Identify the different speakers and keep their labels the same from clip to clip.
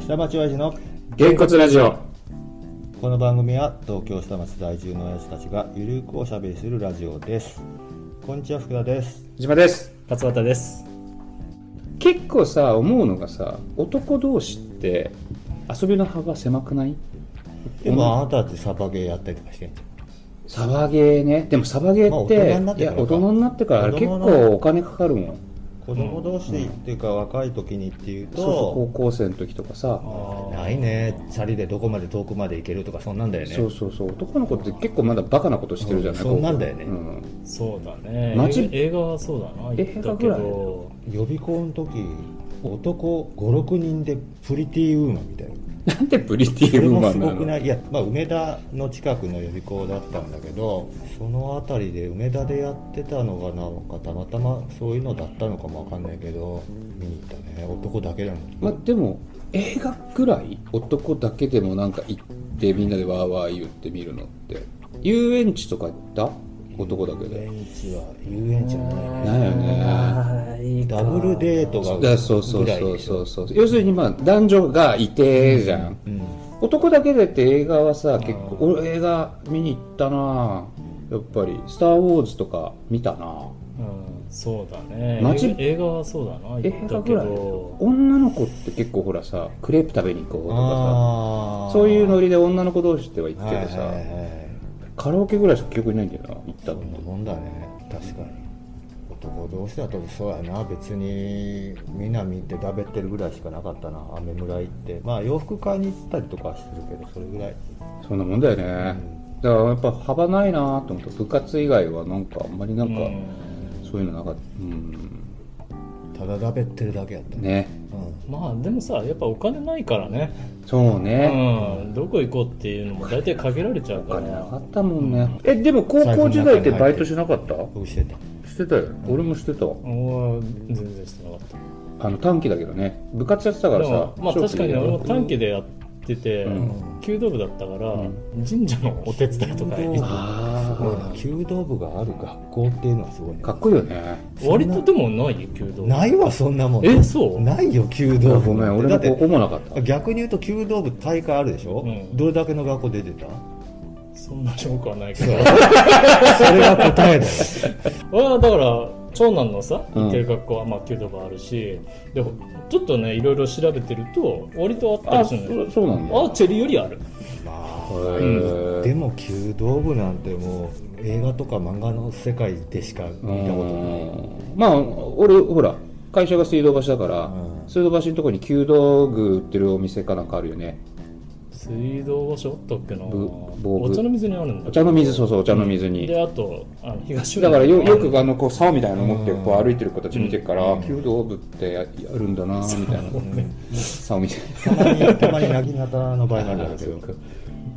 Speaker 1: 下町親父の
Speaker 2: げんこつラジオ
Speaker 1: この番組は東京下町在住の親父たちがゆるくおしゃべりするラジオですこんにちは福田です
Speaker 2: 藤島です
Speaker 3: 勝俣です
Speaker 2: 結構さ思うのがさ男同士って遊びの幅が狭くない
Speaker 1: でもあなたってサバゲーやったりとかしてんじゃん
Speaker 2: サバゲーねでもサバゲーっ
Speaker 1: まあ大
Speaker 2: て,、
Speaker 1: 人になって
Speaker 2: い
Speaker 1: から
Speaker 2: や
Speaker 1: か
Speaker 2: 大人になってから
Speaker 1: 子
Speaker 2: 結
Speaker 1: 供の
Speaker 2: 構お金かかるもん
Speaker 1: 子供同士っていうか若い時にっていうと、
Speaker 2: そうそう高校生の時とかさ
Speaker 1: ないねチャリでどこまで遠くまで行けるとかそんなんだよね
Speaker 2: そうそうそう男の子って結構まだバカなことしてるじゃない、
Speaker 1: うんそんなんだよね
Speaker 2: うん
Speaker 3: そうだね
Speaker 2: マジ
Speaker 3: 映画映画はそうだな
Speaker 2: 映
Speaker 3: 言っ
Speaker 2: 画
Speaker 3: た
Speaker 2: ぐ
Speaker 3: け
Speaker 2: らい
Speaker 3: ど
Speaker 1: 予備校の時男56人でプリティウーマンみたいな
Speaker 2: なんでプリテ
Speaker 1: そ
Speaker 2: ィ
Speaker 1: れ
Speaker 2: ウーマ
Speaker 1: も
Speaker 2: ン
Speaker 1: す
Speaker 2: な
Speaker 1: ご
Speaker 2: の
Speaker 1: くないいや、まあ、梅田の近くの予備校だったんだけどその辺りで梅田でやってたのがなんかたまたまそういうのだったのかもわかんないけど見に行ったね男だけだもん、
Speaker 2: まあ、でも映画ぐらい男だけでもなんか行ってみんなでワーワー言ってみるのって遊園地とか行った男だけ
Speaker 1: 遊
Speaker 2: で
Speaker 1: 園地は遊園地はないね
Speaker 2: ないよね
Speaker 3: はい
Speaker 1: ダブルデートがぐらい
Speaker 2: だそうそうそうそうそう要するにまあ男女がいてじゃん、
Speaker 1: うん
Speaker 2: 男だけでって映画はさ結構俺映画見に行ったなやっぱり「スター・ウォーズ」とか見たな
Speaker 3: うんそうだね
Speaker 2: マジ
Speaker 3: 映画映画はそうだな
Speaker 2: 映
Speaker 3: 言っ
Speaker 2: 画
Speaker 3: た
Speaker 2: ぐ
Speaker 3: け
Speaker 2: らい
Speaker 3: ど
Speaker 2: 女の子って結構ほらさクレープ食べに行こうとか
Speaker 1: あ
Speaker 2: さ
Speaker 1: ー
Speaker 2: そういうノリで女の子同士っては行っ
Speaker 1: はい
Speaker 2: て
Speaker 1: はい
Speaker 2: てさ、
Speaker 1: はい
Speaker 2: カラオケぐらいしか記憶にないんだよな行った
Speaker 1: そ
Speaker 2: の
Speaker 1: んなもんだね確かに男同士だとそうやな別に南ってだべってるぐらいしかなかったな雨村行ってまあ洋服買いに行ったりとかはしてるけどそれぐらい
Speaker 2: そんなもんだよね、だからやっぱ幅ないなと思った部活以外はなんかあんまりなんか、
Speaker 3: うん
Speaker 2: そういうのなかったうん
Speaker 1: ただだべってるだけやったね、
Speaker 2: ね
Speaker 1: うん
Speaker 3: まあでもさやっぱお金ないからね
Speaker 2: そうね、
Speaker 3: うんどこ行こうっていうのも大体限られちゃう
Speaker 2: お
Speaker 3: か
Speaker 2: 金なからったもんねえでも高校時代ってバイトしなかった
Speaker 1: 僕してた
Speaker 2: してたよ俺もしてたわ
Speaker 3: 俺は全然してなかった
Speaker 2: あの短期だけどね部活やってたか
Speaker 3: で
Speaker 2: らさ
Speaker 3: もまあ
Speaker 2: 長
Speaker 3: 確
Speaker 2: 期
Speaker 3: か
Speaker 2: だけ
Speaker 3: に
Speaker 2: ど
Speaker 3: 俺も短期でやってて
Speaker 2: うん
Speaker 3: 弓道部だったから神社のお手伝いとか行っ
Speaker 2: あ
Speaker 1: すごいな弓道部がある学校っていうのはすごいね
Speaker 2: ーかっこいいよね
Speaker 3: 割とでもないよ弓道部
Speaker 1: ないわそんなもん
Speaker 3: えそう
Speaker 1: ないよ弓
Speaker 2: いや
Speaker 1: 道部
Speaker 2: ごめん俺
Speaker 1: だっ
Speaker 2: の高
Speaker 1: て
Speaker 2: 校もなかった
Speaker 1: 逆に言うと弓道部大会あるでしょ、
Speaker 3: うん
Speaker 1: どれだけの学校出てた
Speaker 3: そんなに多くはないけど
Speaker 1: それが答 えだよ
Speaker 3: 俺はだから長男のさ
Speaker 2: うん
Speaker 3: 行ってる学校はまあ弓道部あるし、でちょっとねいろいろ調べてると割とあった
Speaker 2: あ
Speaker 3: りするのよ
Speaker 2: そそうなんだ
Speaker 3: アーチェリーよりある
Speaker 1: まあ
Speaker 2: へー
Speaker 1: でも弓道部なんてもう映画とか漫画の世界でしか見たことない
Speaker 2: うんまあ俺ほら会社が水道橋だから、
Speaker 1: うん
Speaker 2: 水道橋のとこに弓道具売ってるお店かなんかあるよね
Speaker 3: 水道橋あったっけな
Speaker 2: ぶ防具
Speaker 3: お茶の水にあるんだ
Speaker 2: お茶の水そうそうお茶の水に、
Speaker 3: であとあの東
Speaker 2: だか
Speaker 3: 浦
Speaker 2: らよ
Speaker 3: の
Speaker 2: よくあのこう竿みたいなの持ってこう歩いてる子たち見てるから
Speaker 1: うん
Speaker 2: 弓道部ってややるんだなみたいな竿みたい
Speaker 1: たまにたまになぎなたの場合があるんだけど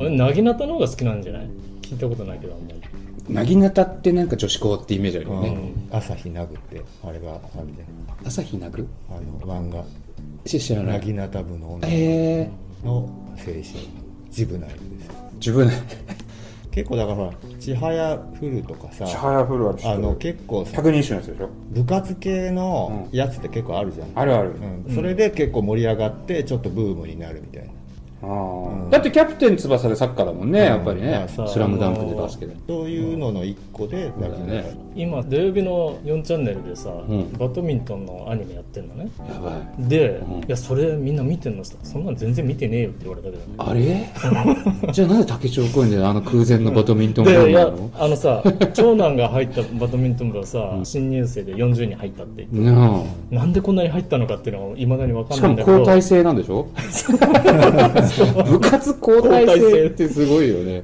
Speaker 3: 俺なぎなたの方が好きなんじゃない聞いたことないけどあんまり
Speaker 2: ななぎなたってなんか女子校ってイメージあるよ
Speaker 1: う
Speaker 2: ね
Speaker 1: ん朝日なぐってあれがあるじゃ
Speaker 2: 朝日なぐ
Speaker 1: んあの漫画
Speaker 2: し知ら
Speaker 1: 「
Speaker 2: な
Speaker 1: ないぎなた部の女
Speaker 2: へえ」
Speaker 1: の青春ジブナイルですよ
Speaker 2: 自分
Speaker 1: 結構だからほら「ちはやふる」とかさ
Speaker 2: ヤフルは
Speaker 1: あの結構さ
Speaker 2: 百人一首のやつでしょ
Speaker 1: 部活系のやつって結構あるじゃん、
Speaker 2: あるある、
Speaker 1: うん、それで結構盛り上がってちょっとブームになるみたいな
Speaker 2: あーだってキャプテン翼でサッカーだもんね、やっぱり
Speaker 1: まあ
Speaker 2: ね
Speaker 3: さ
Speaker 2: スラムダンクでバスケで、
Speaker 1: そういうのの一個でなぎなた
Speaker 2: そうだね
Speaker 3: 今土曜日の4チャンネルでさ、
Speaker 2: ん
Speaker 3: バドミントンのアニメやってんのね
Speaker 2: やばい
Speaker 3: で、
Speaker 2: うん
Speaker 3: いやそれみんな見てんのさそんなん全然見てねえよって言われたけどね
Speaker 2: あ れじゃあなぜ竹町公園であの空前のバドミントン部
Speaker 3: でい
Speaker 2: な
Speaker 3: や
Speaker 2: の
Speaker 3: あのさ長男が入ったバドミントン部はさ、新入生で40人入ったって言って
Speaker 2: な
Speaker 3: なんでこんなに入ったのかっていうのはいまだに分
Speaker 2: あ
Speaker 3: か
Speaker 2: し
Speaker 3: ん
Speaker 2: か
Speaker 3: ないん
Speaker 2: も
Speaker 3: だけど
Speaker 2: 交代制なんでしょ部活交代制ってすごいよね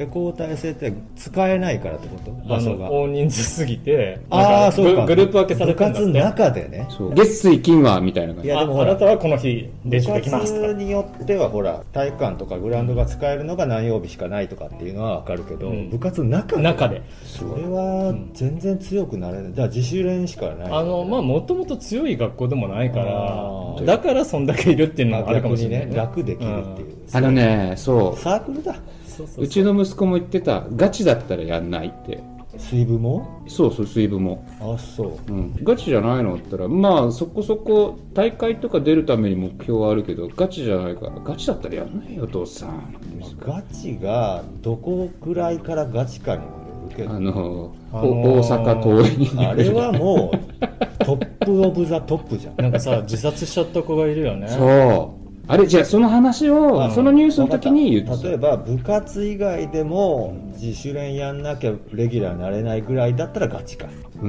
Speaker 1: え交代制って使えないからってこと場
Speaker 3: あ
Speaker 1: 所が
Speaker 3: の大人数すぎて
Speaker 1: あ
Speaker 3: な
Speaker 1: あ
Speaker 3: んか
Speaker 1: そうか
Speaker 3: ググループ分けされてんだ
Speaker 1: 部
Speaker 3: っ
Speaker 1: 活の
Speaker 3: て
Speaker 1: 中でね
Speaker 2: そう月水金はみたいな
Speaker 1: い
Speaker 2: 感じ
Speaker 1: や
Speaker 3: あ
Speaker 1: でもほ
Speaker 3: あ
Speaker 1: ら
Speaker 3: なたはこの日練
Speaker 1: 部
Speaker 3: 習できますと
Speaker 1: 活
Speaker 3: か
Speaker 1: によってはほら体育館とかグラウンドが使えるのが何曜日しかないとかっていうのは分かるけど、
Speaker 3: うん
Speaker 1: 部活の中で
Speaker 3: 中で
Speaker 1: それは全然強くなれないだから自主練しかない
Speaker 3: あのまあもともと強い学校でもないか
Speaker 1: あー
Speaker 3: らだからそんだけいるっていうの
Speaker 1: ま
Speaker 3: も
Speaker 1: あ
Speaker 3: あるか
Speaker 1: 逆
Speaker 3: もし
Speaker 1: に
Speaker 3: れな
Speaker 1: ね
Speaker 3: い
Speaker 1: 楽できるっていう、
Speaker 2: あのねそ
Speaker 1: サークルだ
Speaker 3: そうそう
Speaker 2: う
Speaker 3: そう
Speaker 2: うちの息子も言ってたガチだったらやんないって
Speaker 1: 水分も
Speaker 2: そうそう水分も、
Speaker 1: あそう
Speaker 2: うん、ガチじゃないのって言ったらまあそこそこ大会とか出るために目標はあるけどガチじゃないからガチだったらやんないよお父さん
Speaker 1: まあガチがどこぐらいからガチかにもよるけど
Speaker 2: あの、
Speaker 1: あのー
Speaker 2: お大阪桐蔭
Speaker 1: あれはもうトップオブザトップじゃん
Speaker 3: なんかさ自殺しちゃった子がいるよね
Speaker 2: そうあれじゃあその話
Speaker 1: あ
Speaker 2: を
Speaker 1: の
Speaker 2: そのニュースの時に言って
Speaker 1: わかった例えば部活以外でも自主練やんなきゃレギュラーになれないぐらいだったらガチか
Speaker 2: うー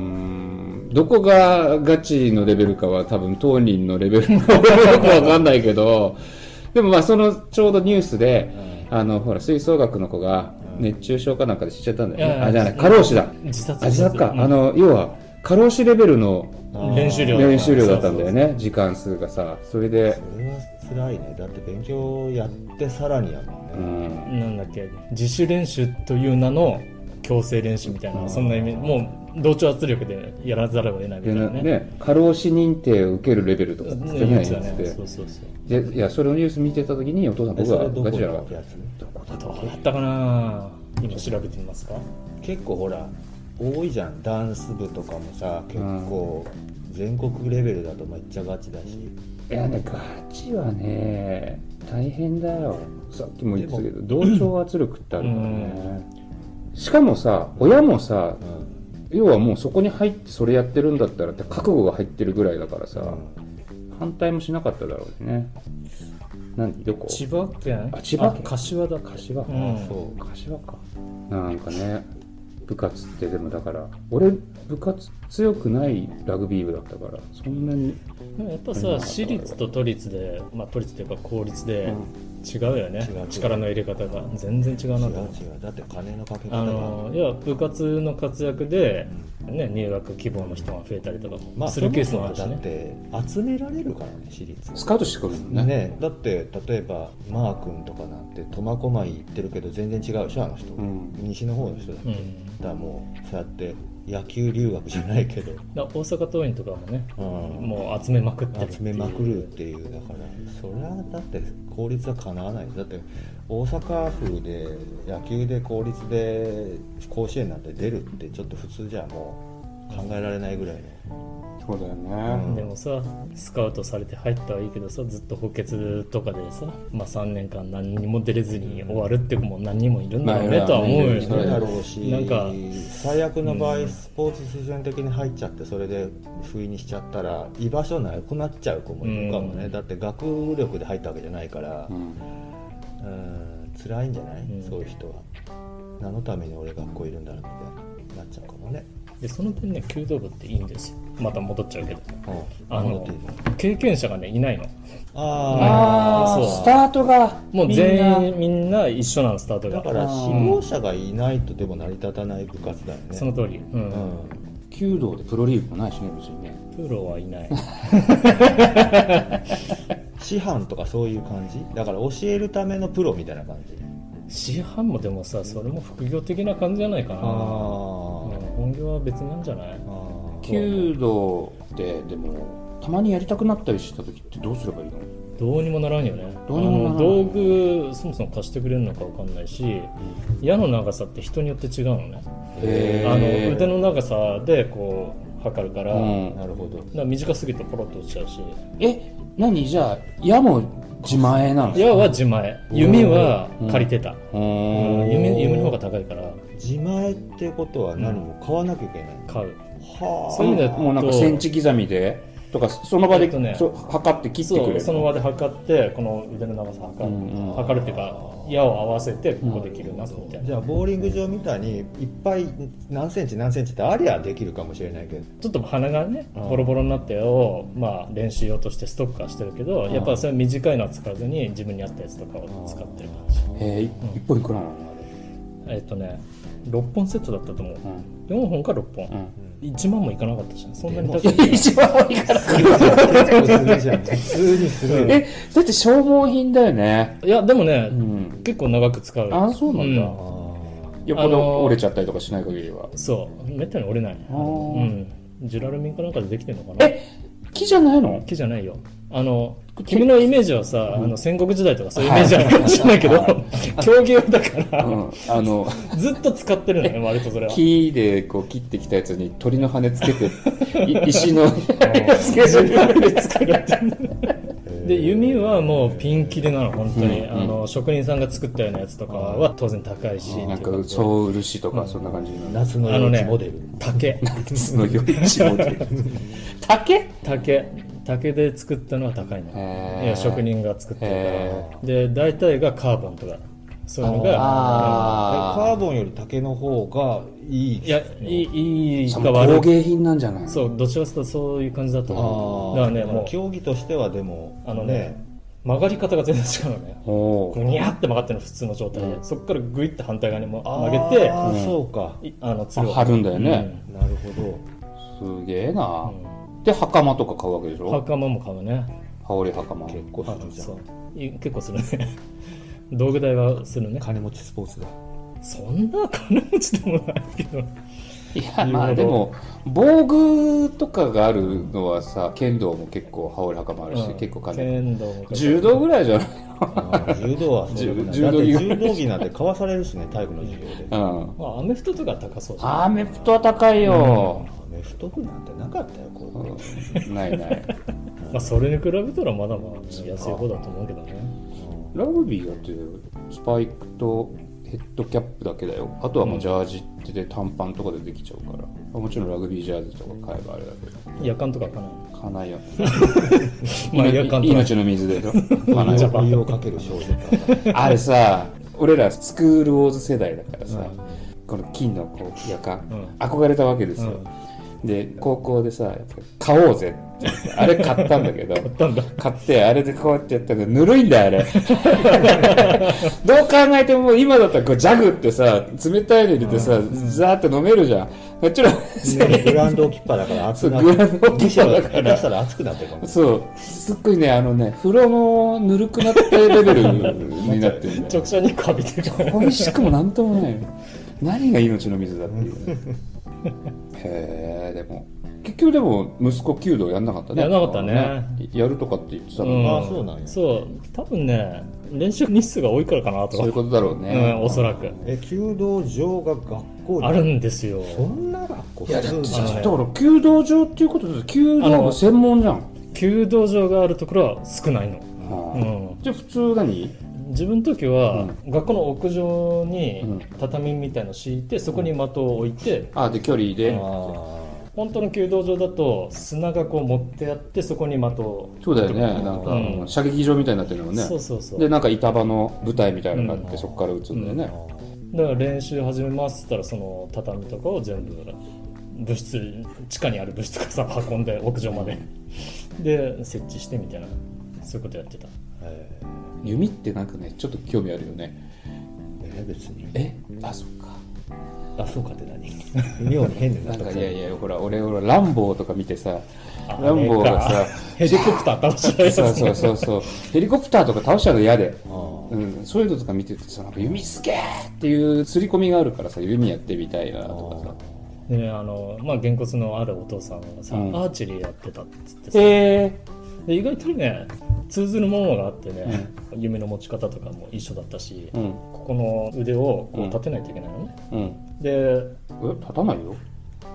Speaker 2: んどこがガチのレベルかは多分当人のレベルもよくわかんないけ ど、でもまあそのちょうどニュースで、あの、ほら、吹奏楽の子が
Speaker 1: うん
Speaker 2: 熱中症かなんかで死んじゃったんだよね。
Speaker 3: いやいや
Speaker 2: あ、じゃない、過労死だ。
Speaker 3: 自殺
Speaker 2: あ、自殺か。
Speaker 3: うん
Speaker 2: あの、要は、過労死レベルの
Speaker 3: 練習量
Speaker 2: 練習量だったんだよね、時間数がさ。それで
Speaker 1: そ、れは辛いねだって勉強やってさらにやもんね、
Speaker 2: うん。
Speaker 3: なんだっけ自主練習という名の強制練習みたい
Speaker 1: あ
Speaker 3: な
Speaker 1: ー
Speaker 3: そんな意味もう同調圧力でやらざるを得ないみた
Speaker 2: で
Speaker 3: いなね
Speaker 2: ね、過労死認定を受けるレベルとか
Speaker 3: う
Speaker 2: つっ
Speaker 3: ん
Speaker 2: て
Speaker 3: 言
Speaker 2: ね、
Speaker 3: って
Speaker 2: 言
Speaker 3: た
Speaker 2: っ
Speaker 3: ね
Speaker 2: てて
Speaker 3: そうそうそう
Speaker 2: でいや、それをニュース見てた時に、お父さん、
Speaker 1: え
Speaker 2: 僕
Speaker 1: そ
Speaker 2: は
Speaker 1: れどこ
Speaker 2: ガチだから
Speaker 1: の。やつ
Speaker 3: どうだったかな今調べてみますか
Speaker 1: 結構ほら多いじゃんダンス部とかもさ結構全国レベルだとめっちゃガチだし、
Speaker 2: いやね、ガチはね、大変だよ。さっきも言ってたけど、同調圧力ってあるからね。しかもさ、親もさ、
Speaker 1: うん
Speaker 2: 要はもうそこに入ってそれやってるんだったらって覚悟が入ってるぐらいだからさ、反対もしなかっただろうね。何どこ
Speaker 3: 千葉県
Speaker 2: あ千葉県
Speaker 3: あ柏だ柏
Speaker 2: 柏か、
Speaker 3: うん
Speaker 2: そう柏かなんかね部活ってでもだから俺部活強くないラグビー部だったからそんなに
Speaker 3: でもやっぱさ私立と都立でまあ都立というか公立で違うよね、
Speaker 1: 違う違う
Speaker 3: 力の入れ方が全然違う
Speaker 1: 違
Speaker 3: な
Speaker 1: う
Speaker 3: と思う
Speaker 1: 違うだって金のかけ方が
Speaker 3: あの要は部活の活躍で、ね、入学希望の人が増えたりとか
Speaker 1: ま
Speaker 3: も
Speaker 1: あ
Speaker 3: す
Speaker 1: そ
Speaker 3: る
Speaker 1: の
Speaker 3: ケー
Speaker 1: ケ
Speaker 3: スもあ
Speaker 1: は
Speaker 3: るし
Speaker 1: だ
Speaker 3: ね
Speaker 1: っ、て集められるからね私立
Speaker 2: スカウトしてくるもんね
Speaker 1: ねだって例えばマー君とかなんて苫小牧行ってるけど全然違うでしょあの人、
Speaker 2: うん
Speaker 1: 西の方の人だっ
Speaker 3: う
Speaker 1: け、だ
Speaker 3: ん、
Speaker 1: からもうそうやって野球留学じゃないけど、
Speaker 3: だから大阪桐蔭とかもね
Speaker 1: うん
Speaker 3: もう集めまくってるっていう
Speaker 1: 集めまくるっていうだからそれはだって効率はかなわないだって大阪府で野球で公立で甲子園なんて出るってちょっと普通じゃもう考えられないぐらいの
Speaker 2: そうだよね、
Speaker 3: でもさスカウトされて入ったはいいけどさずっと補欠とかでさ、まあ、3年間何にも出れずに終わるって子も何人もいるんだろうね
Speaker 2: まあ
Speaker 3: とは思うよ
Speaker 2: いるいるいる
Speaker 3: ね
Speaker 1: だろうし
Speaker 3: なんか
Speaker 1: 最悪の場合、
Speaker 3: うん
Speaker 1: スポーツ推薦的に入っちゃってそれで不意にしちゃったら居場所なくなっちゃう子もいるかもね、
Speaker 3: うん
Speaker 1: だって学力で入ったわけじゃないから、
Speaker 2: うん
Speaker 1: うん辛いんじゃない、
Speaker 3: うん
Speaker 1: そういう人は何のために俺学校いるんだろうみたいになっちゃうかもね、
Speaker 3: でその点ね弓道部っていいんですよまた戻っちゃうけどあ
Speaker 1: 戻
Speaker 3: の
Speaker 1: っていいの
Speaker 3: 経験者がねいないの
Speaker 1: あ
Speaker 2: あ
Speaker 3: そう
Speaker 2: あスタートが
Speaker 3: もう全員みんな一緒なのスタート
Speaker 1: あ
Speaker 3: が
Speaker 1: だから
Speaker 2: あ
Speaker 1: 志
Speaker 2: ー
Speaker 1: 望者がいないとでも成り立たない部活だよね
Speaker 3: その通り、う
Speaker 1: うんん
Speaker 2: 弓道でプロリーグもないしね別にね
Speaker 3: プロはいない
Speaker 1: 師範とかそういう感じだから教えるためのプロみたいな感じ
Speaker 3: 師範もでもさそれも副業的な感じじゃないか
Speaker 1: あ
Speaker 3: な、う
Speaker 1: ー
Speaker 3: ん本業は別なんじゃない
Speaker 1: あー
Speaker 2: 弓道ってでもたまにやりたくなったりした時ってどうすればいいの
Speaker 3: どうにもならんよね
Speaker 2: どうにもならん
Speaker 3: あの道具そもそも貸してくれるのかわかんないし矢の長さって人によって違うのね
Speaker 2: へー
Speaker 3: あの腕の長さでこう測るから,、
Speaker 2: うん
Speaker 1: なるほど
Speaker 3: から短すぎるとポロッと落ちちゃうし
Speaker 2: え何じゃあ矢も自前なの
Speaker 3: 矢は自前弓は借りてた、
Speaker 2: う
Speaker 3: うん
Speaker 2: ーん
Speaker 3: 弓弓の方が高いから
Speaker 1: 自前ってことは何も買わなきゃいけない、
Speaker 3: 買う
Speaker 1: は
Speaker 3: そういう意味だと
Speaker 2: もうなんかセンチ刻みでとかその場
Speaker 3: え
Speaker 2: で、
Speaker 3: っとね
Speaker 2: そう測って切ってく
Speaker 3: そ
Speaker 2: れ
Speaker 3: う
Speaker 2: る
Speaker 3: その場で測ってこの腕の長さ測る、
Speaker 2: うんうん
Speaker 3: 測るっていうか矢を合わせてここで切りますみたいな、
Speaker 1: じゃあボーリング場みたいにいっぱい何センチ何センチってありゃできるかもしれないけど
Speaker 3: ちょっと鼻がねボロボロになったよを、まあ、練習用としてストッカーしてるけど、やっぱそれ短いのは使わずに自分に合ったやつとかを使ってる感じ、
Speaker 2: えー一本いくらなの
Speaker 3: えっとね6本セットだったと思う
Speaker 2: あれ
Speaker 3: 4本か6本、
Speaker 2: うん、
Speaker 3: 1万もいかなかったしそんなに高く
Speaker 2: うん、 一番多いから
Speaker 1: 普通じゃん普通にする
Speaker 2: えだって消耗品だよね
Speaker 3: いやでもね、
Speaker 2: うん
Speaker 3: 結構長く使う
Speaker 2: あそうなんだ、
Speaker 3: う
Speaker 1: あ
Speaker 3: ん
Speaker 1: ー
Speaker 2: よっぽど折れちゃったりとかしない限りは
Speaker 3: そうめったに折れない
Speaker 2: あ
Speaker 3: う
Speaker 2: ー
Speaker 3: んジュラルミンかなんかでできてるのかな
Speaker 2: え木じゃないの
Speaker 3: 木じゃないよあの君のイメージはさ、あの戦国時代とかそういうイメージあるかもしれないけど、 競技用だから、
Speaker 2: うんあの
Speaker 3: ずっと使って るのね割とそれは
Speaker 2: 木でこう切ってきたやつに鳥の羽つけ てい石のつけて
Speaker 3: 作るってで弓はもうピンキリなの本当に、
Speaker 2: うん
Speaker 3: あの職人さんが作ったようなやつとかは当然高いし
Speaker 2: なん
Speaker 3: っていう
Speaker 2: かそう漆とかそんな感じの
Speaker 1: 夏の
Speaker 3: あの
Speaker 1: 夜
Speaker 3: ね
Speaker 1: 市モデル、
Speaker 3: 竹
Speaker 2: 夏の夜市モ デル竹
Speaker 3: 竹竹で作ったのは高いの、
Speaker 2: へー
Speaker 3: いや職人が作ってる
Speaker 2: へ
Speaker 3: からで大体がカーボンとかそういうのが
Speaker 2: あ
Speaker 1: カーボンより竹の方がいい
Speaker 3: いやいいいい
Speaker 2: しか
Speaker 3: か
Speaker 2: も
Speaker 3: 悪
Speaker 2: 工
Speaker 3: い
Speaker 2: 芸品なんじゃない
Speaker 3: そうどちらかというとそういう感じだと思うだ
Speaker 1: あ
Speaker 3: か
Speaker 1: あ、
Speaker 3: らねもう
Speaker 1: 競技としてはでも
Speaker 3: あのね曲がり方が全然違うのね
Speaker 2: お
Speaker 3: ぐ
Speaker 2: ー
Speaker 3: にゃって曲がってるの普通の状態で、そこからグイって反対側にも
Speaker 1: あ
Speaker 3: 曲げて
Speaker 1: あー
Speaker 2: うん
Speaker 1: そうか
Speaker 3: いあの
Speaker 2: あ
Speaker 3: 鶴を
Speaker 2: 貼るんだよね、
Speaker 1: なるほ
Speaker 2: すげえな
Speaker 3: う、ん
Speaker 2: で袴とか買うわけでしょ
Speaker 3: 袴も買うね
Speaker 2: 羽織袴
Speaker 1: ど結構するじゃ
Speaker 3: そ
Speaker 1: ん
Speaker 3: うい結構するね 道具代はするね
Speaker 1: 金持ちスポーツだ
Speaker 3: そんな金持ちでもないけど
Speaker 2: いやまあでも防具とかがあるのはさ剣道も結構羽織袴あるし、
Speaker 3: うん
Speaker 2: 結構金
Speaker 3: 剣道も
Speaker 2: 柔道ぐらいじゃない
Speaker 1: あー柔道はそうでもない
Speaker 2: 柔
Speaker 1: だっ
Speaker 2: 道
Speaker 1: て
Speaker 2: 着
Speaker 1: 柔道着なんて買わされるしね体育の授業で
Speaker 2: うん
Speaker 3: まあアメフトとか高そうじゃん
Speaker 2: アメフトは高いよ、
Speaker 1: アメフト部なんてなかったよこう
Speaker 2: うんないない
Speaker 3: まあ、それに比べたらまだまあ安い方だと思うけどね
Speaker 2: ラグビーだってスパイクとヘッドキャップだけだよあとはもうジャージってで短パンとかでできちゃうから、もちろんラグビージャージとか買えばあれだけど
Speaker 3: 夜間とかかない
Speaker 2: かないよ
Speaker 3: まあ夜間とか
Speaker 2: 命の水で かな
Speaker 1: お
Speaker 2: い
Speaker 1: 湯
Speaker 2: よ
Speaker 1: をお湯をかける少女か
Speaker 2: あれさ俺らスクールウォーズ世代だからさ、この金のこう夜間、
Speaker 3: ん
Speaker 2: 憧れたわけですよ、で高校でさやっぱ買おうぜって言ってあれ買ったんだけ ど
Speaker 3: やったんだ
Speaker 2: 買ってあれでこうやってやったらぬるいんだよあれ どう考えても今だったらこうジャグってさ冷たいの入れてさ、ザーって飲めるじゃんもちろ ん
Speaker 1: ねグラウンド置きっぱだから熱くな
Speaker 2: そうグラウンド置きっぱだから
Speaker 1: 下手したら熱くなってるかも
Speaker 2: そうすっごいねあのね風呂のぬるくなったレベルになってるんだよ
Speaker 3: 直射日光浴びてるから
Speaker 2: 美味しくもなんともない何が命の水だっていう ねへえでも結局でも息子弓道やんなかったね
Speaker 3: やんなかったね
Speaker 2: やるとかって言ってたもん
Speaker 3: ん
Speaker 2: な、
Speaker 1: あそうなんや
Speaker 3: そう多分ね練習日数が多いからかなと
Speaker 2: そういうことだろうね、
Speaker 3: うん、おそらく
Speaker 1: え弓道場が学校に
Speaker 3: あるんですよ
Speaker 1: そんな学校
Speaker 2: いやだってさ
Speaker 3: あの
Speaker 2: だ
Speaker 3: ね
Speaker 2: から弓道場っていうことで弓道が専門じゃん、
Speaker 3: 弓道場があるところは少ないの、
Speaker 2: は
Speaker 3: う
Speaker 2: あじゃあ普通何
Speaker 3: ん、自分の時は、学校の屋上
Speaker 2: うん
Speaker 3: に畳みたいの敷いてそこに的を置いて、
Speaker 2: あで距離で、
Speaker 1: あ
Speaker 3: 本当の弓道場だと砂がこう持ってあってそこに的を
Speaker 2: そうだよねなんか、
Speaker 3: うん
Speaker 2: 射撃場みたいになってるもんね
Speaker 3: そうそうそう
Speaker 2: でなんか板場の舞台みたいなのがあって、
Speaker 1: うん
Speaker 2: そこから打つんだよね、
Speaker 3: だから練習始めますって言ったらその畳とかを全部部室地下にある部室からさ運んで屋上までで設置してみたいなそういうことやってた
Speaker 1: え
Speaker 2: 弓ってなんかねちょっと興味あるよね
Speaker 1: え別に
Speaker 2: えあそっか
Speaker 1: あそうかって何 妙に変にな
Speaker 2: な
Speaker 1: っ
Speaker 2: ん
Speaker 1: た
Speaker 2: かいやいやほら俺ほらランボーとか見てさ
Speaker 3: あ
Speaker 2: ランボーが
Speaker 3: あれ
Speaker 2: さ
Speaker 3: かヘリコプター倒しちゃうやつ、
Speaker 2: そ
Speaker 3: ね、
Speaker 2: うそうそうそうヘリコプターとか倒しちゃうの嫌で
Speaker 1: あー
Speaker 2: うん、そういうのとか見ててさなんか弓すげえっていう刷り込みがあるからさ弓やってみたいなとかさ
Speaker 3: でねあのまあげんこつのあるお父さんがさ、
Speaker 2: うん
Speaker 3: アーチェリーやってたっつってさ
Speaker 2: へえ
Speaker 3: で意外とね通ずるものがあってね、夢の持ち方とかも一緒だったし、
Speaker 2: うん
Speaker 3: ここの腕をこ
Speaker 2: う
Speaker 3: うん立てないといけないのね、
Speaker 2: うん
Speaker 3: で
Speaker 2: え立たないよん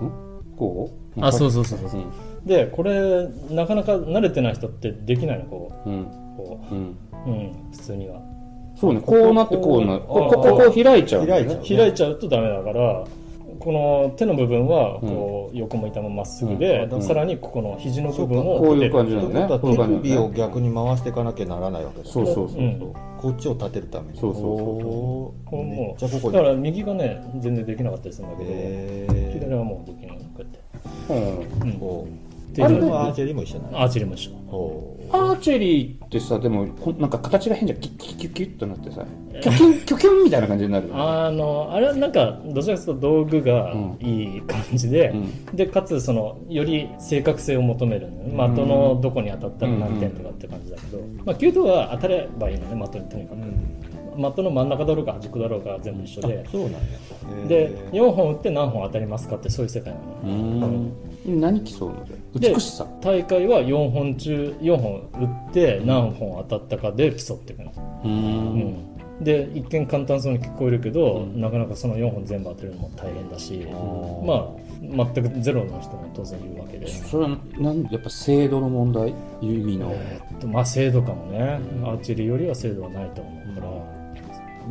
Speaker 2: こう
Speaker 3: あそう
Speaker 2: う
Speaker 3: そうそうそうでこれなかなか慣れてない人ってできないのこう
Speaker 2: うんうん
Speaker 3: こ
Speaker 2: うん
Speaker 3: う、うん、普通には
Speaker 2: そうねこうなってこうな
Speaker 3: こう
Speaker 2: こここここ開いちゃうんだよね
Speaker 1: 開いちゃ
Speaker 3: 開いちゃうとダメだからこの手の部分はこう横向いたまままっすぐで、
Speaker 2: うん
Speaker 3: さらにここの肘の部分
Speaker 2: こ
Speaker 3: を
Speaker 2: ういう
Speaker 3: 立てる
Speaker 2: 感じなん
Speaker 1: だ
Speaker 2: だよ
Speaker 1: か
Speaker 2: ね
Speaker 1: ら
Speaker 2: こういう
Speaker 1: 手
Speaker 2: 感
Speaker 1: 首
Speaker 2: じな
Speaker 1: を
Speaker 2: んだよね
Speaker 1: 逆に回していかなきゃならないわけだ
Speaker 2: そうそうそう
Speaker 3: うん
Speaker 1: そうこっちを立てるために
Speaker 2: そうそうそう
Speaker 1: おー
Speaker 3: こう
Speaker 1: め
Speaker 3: も
Speaker 1: っちゃここ
Speaker 3: う
Speaker 1: に
Speaker 3: だから右がね全然できなかったりするんだけど、
Speaker 1: へ
Speaker 3: 左
Speaker 1: え
Speaker 3: はもうできないこうやって
Speaker 2: うん
Speaker 3: うん
Speaker 1: こ
Speaker 3: って
Speaker 1: う
Speaker 3: い
Speaker 1: あ
Speaker 3: う
Speaker 1: れ
Speaker 3: の
Speaker 1: もアーチェリーも一緒なの
Speaker 3: アーチェリーも一緒
Speaker 1: ほう
Speaker 2: アーチェリーってさでもこなんか形が変じゃんキュッキュッキュッキュッとなってさキュキュンキュキュンみたいな感じになるよね
Speaker 3: あのあれはなんかどちらかというと道具がいい感じで、
Speaker 2: うん
Speaker 3: でかつそのより正確性を求めるのね、的のどこに当たったら何点とかって感じだけど、まあ、球道は当たればいいのね的にとにかく、的の真ん中だろうか端っこだろうか全部一緒で、
Speaker 1: そうなんや
Speaker 3: で
Speaker 1: へー
Speaker 3: 4本打って何本当たりますかってそういう世界なの、
Speaker 2: うーん何競うので
Speaker 3: で
Speaker 2: 美しさ
Speaker 3: 大会は4本中4本打って何本当たったかで競っていくの、
Speaker 2: うーん
Speaker 3: うんで一見簡単そうに聞こえるけど、
Speaker 2: うん
Speaker 3: なかなかその4本全部当てるのも大変だし、
Speaker 2: ー
Speaker 3: まあ全くゼロの人も当然いるわけで。
Speaker 2: それはなんやっぱ制度の問題意味の、
Speaker 3: えーっとまあ精度かもね、
Speaker 2: うん
Speaker 3: アーチェリーよりは精度はないと思うから、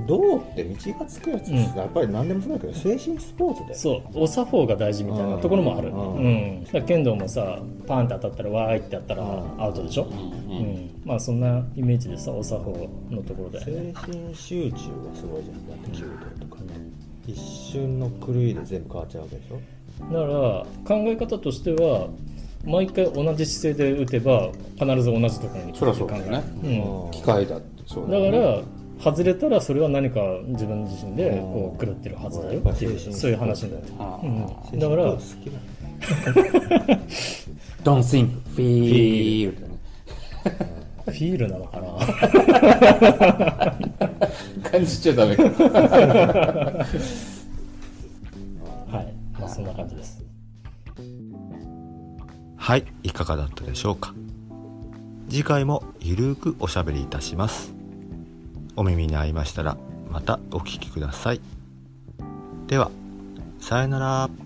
Speaker 1: 銅って道がつくやつって
Speaker 3: うん
Speaker 1: やっぱり何でもそうだけど精神スポーツだよ
Speaker 3: そうお作法が大事みたいなところもある、
Speaker 1: う
Speaker 3: うんんだから剣道もさパンって当たったらわーいってやったら
Speaker 1: うん
Speaker 3: アウトでしょ、
Speaker 2: うん
Speaker 3: う
Speaker 2: うん
Speaker 3: んまあそんなイメージでさお作法のところで、
Speaker 1: 精神集中がすごいじゃんだって弓道とかって一瞬の狂いで全部変わっちゃうわけでしょ
Speaker 3: だから考え方としては毎回同じ姿勢で打てば必ず同じところに
Speaker 2: そりゃそうだよね
Speaker 3: うん
Speaker 2: 機械だってそうだ,、
Speaker 3: だ
Speaker 2: ね、
Speaker 3: から外れたらそれは何か自分自身でこう狂ってるはずだよっていうそういう話になってくる
Speaker 2: ああ
Speaker 3: うん、
Speaker 1: 精神ス
Speaker 3: だか
Speaker 1: ポー
Speaker 3: ら
Speaker 1: ツ好きなの
Speaker 2: Don't think, feel だね
Speaker 3: フィールなのかな
Speaker 2: 感じちゃダメか
Speaker 3: はい、まあ、そんな感じです。
Speaker 1: はい、いかがだったでしょうか。次回もゆるーくおしゃべりいたします。お耳に合いましたら、またお聞きください。では、さよなら。